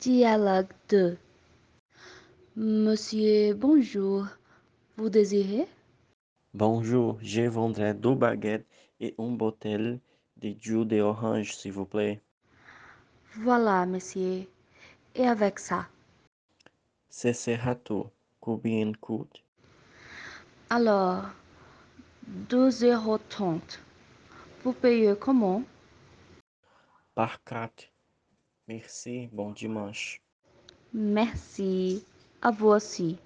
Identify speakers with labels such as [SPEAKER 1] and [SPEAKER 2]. [SPEAKER 1] Dialogue 2 Monsieur, bonjour. Vous désirez
[SPEAKER 2] Bonjour, je vendrai deux baguettes et une bouteille de jus d'orange, s'il vous plaît.
[SPEAKER 1] Voilà, monsieur. Et avec ça
[SPEAKER 2] Ce sera tout. Combien coûte
[SPEAKER 1] Alors, 2,30 euros. Vous payez comment
[SPEAKER 2] par carte? Merci, bon dimanche.
[SPEAKER 1] Merci. À vous aussi.